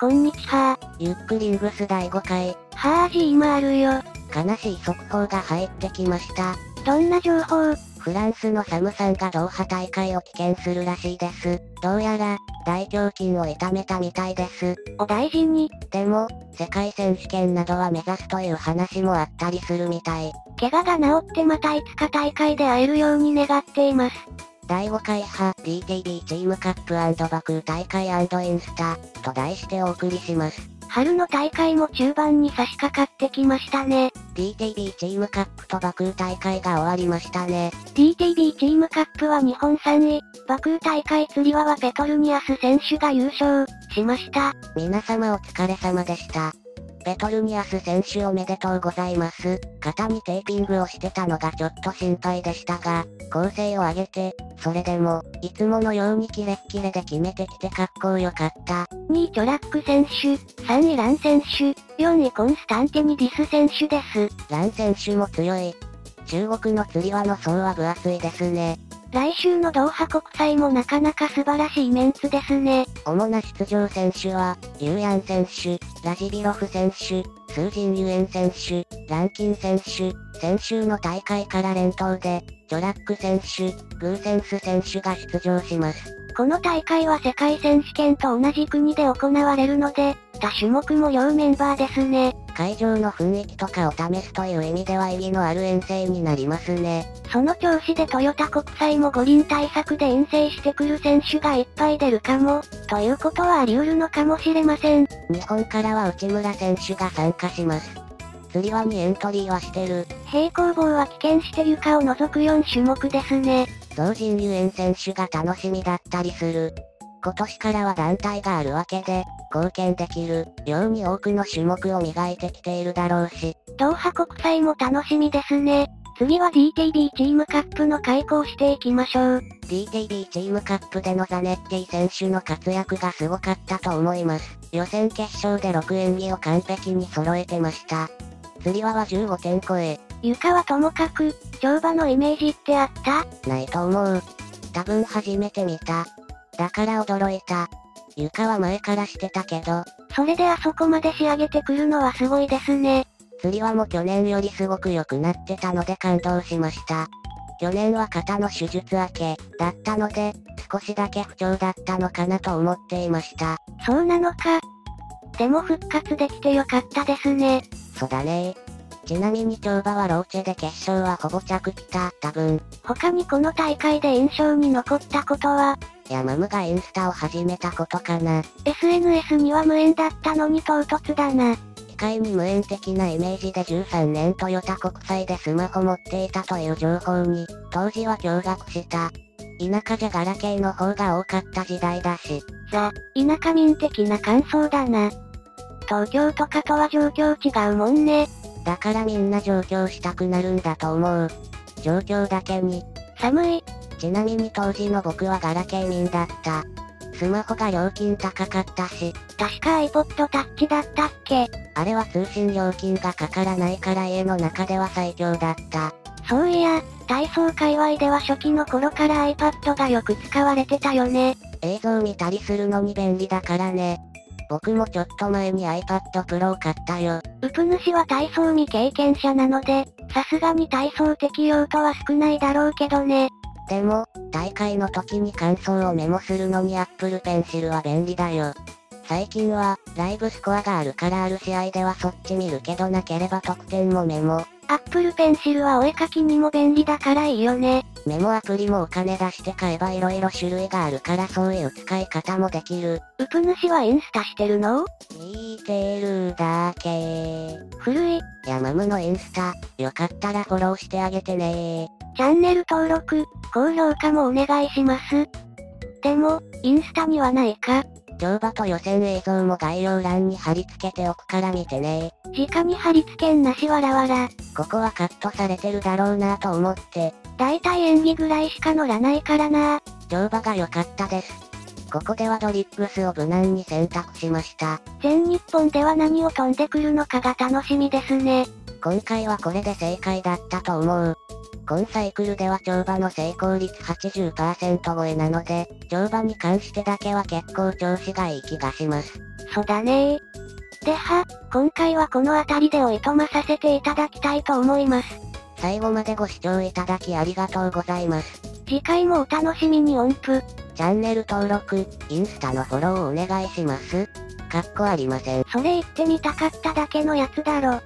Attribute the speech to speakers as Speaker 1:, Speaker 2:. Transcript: Speaker 1: こんにちは
Speaker 2: ゆっくりうぐす第5回、
Speaker 1: はーじ今あるよ。
Speaker 2: 悲しい速報が入ってきました。
Speaker 1: どんな情報
Speaker 2: フランスのサムさんがドーハ大会を棄権するらしいです。どうやら、大胸筋を痛めたみたいです。
Speaker 1: お大事に。
Speaker 2: でも、世界選手権などは目指すという話もあったりするみたい。
Speaker 1: 怪我が治ってまたいつか大会で会えるように願っています。
Speaker 2: 第5回派 DTB チームカップバクー大会インスタと題してお送りします。
Speaker 1: 春の大会も中盤に差し掛かってきましたね。
Speaker 2: DTB チームカップとバクー大会が終わりましたね。
Speaker 1: DTB チームカップは日本3位、バクー大会釣り輪はペトルニアス選手が優勝しました。
Speaker 2: 皆様お疲れ様でした。ペトルニアス選手おめでとうございます。肩にテーピングをしてたのがちょっと心配でしたが、構成を上げて、それでも、いつものようにキレッキレで決めてきてかっこよかった。
Speaker 1: 2位チョラック選手、3位ラン選手、4位コンスタンティニディス選手です。
Speaker 2: ラン選手も強い。中国の釣り輪の層は分厚いですね。
Speaker 1: 来週のドーハ国際もなかなか素晴らしいメンツですね。
Speaker 2: 主な出場選手は、ユーヤン選手、ラジビロフ選手、スージン・ユエン選手、ランキン選手、先週の大会から連投で、ジョラック選手、グーセンス選手が出場します。
Speaker 1: この大会は世界選手権と同じ国で行われるので、他種目も両メンバーですね。
Speaker 2: 会場の雰囲気とかを試すという意味では意義のある遠征になりますね。
Speaker 1: その調子でトヨタ国際も五輪対策で遠征してくる選手がいっぱい出るかも、ということはあり得るのかもしれません。
Speaker 2: 日本からは内村選手が参加します。釣り輪にエントリーはしてる。
Speaker 1: 平行棒は棄権して床を除く4種目ですね。
Speaker 2: 同人遊園選手が楽しみだったりする。今年からは団体があるわけで、貢献できるように多くの種目を磨いてきているだろうし、
Speaker 1: ドーハ国際も楽しみですね。次は DTB チームカップの開講していきましょう。
Speaker 2: DTB チームカップでのザネッティ選手の活躍がすごかったと思います。予選決勝で6演技を完璧に揃えてました。釣り輪は15点超え、
Speaker 1: 床はともかく、乗馬のイメージってあった
Speaker 2: ないと思う。多分初めて見た。だから驚いた。床は前からしてたけど、
Speaker 1: それであそこまで仕上げてくるのはすごいですね。
Speaker 2: 釣りはもう去年よりすごく良くなってたので感動しました。去年は肩の手術明けだったので、少しだけ不調だったのかなと思っていました。
Speaker 1: そうなのか。でも復活できてよかったですね。
Speaker 2: そうだねちなみに跳馬はローチェで決勝はほぼ着地た、多分。
Speaker 1: 他にこの大会で印象に残ったことは、
Speaker 2: いや、マムがインスタを始めたことかな。
Speaker 1: SNS には無縁だったのに唐突だな。
Speaker 2: 機械に無縁的なイメージで13年トヨタ国際でスマホ持っていたという情報に、当時は驚愕した。田舎じゃガラケーの方が多かった時代だし、
Speaker 1: ザ、田舎民的な感想だな。東京とかとは状況違うもんね。
Speaker 2: だからみんな上京したくなるんだと思う。状況だけに。
Speaker 1: 寒い、
Speaker 2: ちなみに当時の僕はガラケー民だった。スマホが料金高かったし、
Speaker 1: 確か iPod Touch だったっけ
Speaker 2: あれは通信料金がかからないから家の中では最強だった。
Speaker 1: そういや、体操界隈では初期の頃から iPad がよく使われてたよね。
Speaker 2: 映像見たりするのに便利だからね。僕もちょっと前に iPad Pro を買ったよ。
Speaker 1: ウプ主は体操未経験者なので、さすがに体操適用とは少ないだろうけどね。
Speaker 2: でも、大会の時に感想をメモするのに Apple Pencil は便利だよ。最近は、ライブスコアがあるからある試合ではそっち見るけどなければ得点もメモ。
Speaker 1: Apple Pencil はお絵かきにも便利だからいいよね。
Speaker 2: メモアプリもお金出して買えば色々種類があるからそういう使い方もできる。
Speaker 1: ウプ主はインスタしてるの
Speaker 2: 見てるだけー。
Speaker 1: 古い。
Speaker 2: ヤマムのインスタ、よかったらフォローしてあげてねー。
Speaker 1: チャンネル登録、高評価もお願いします。でも、インスタにはないか。
Speaker 2: 乗馬と予選映像も概要欄に貼り付けておくから見てね
Speaker 1: 直に貼り付けんなしわらわら。
Speaker 2: ー。ここはカットされてるだろうなと思って、
Speaker 1: だいたい演技ぐらいしか乗らないからな。
Speaker 2: 乗馬が良かったです。ここではドリップスを無難に選択しました。
Speaker 1: 全日本では何を飛んでくるのかが楽しみですね。
Speaker 2: 今回はこれで正解だったと思う。今サイクルでは跳馬の成功率80%超えなので、跳馬に関してだけは結構調子がいい気がします。
Speaker 1: そうだねー。では、今回はこの辺りでおいとまさせていただきたいと思います。
Speaker 2: 最後までご視聴いただきありがとうございます。
Speaker 1: 次回もお楽しみに音符。
Speaker 2: チャンネル登録、インスタのフォローお願いします。かっこありません。
Speaker 1: それ言ってみたかっただけのやつだろ。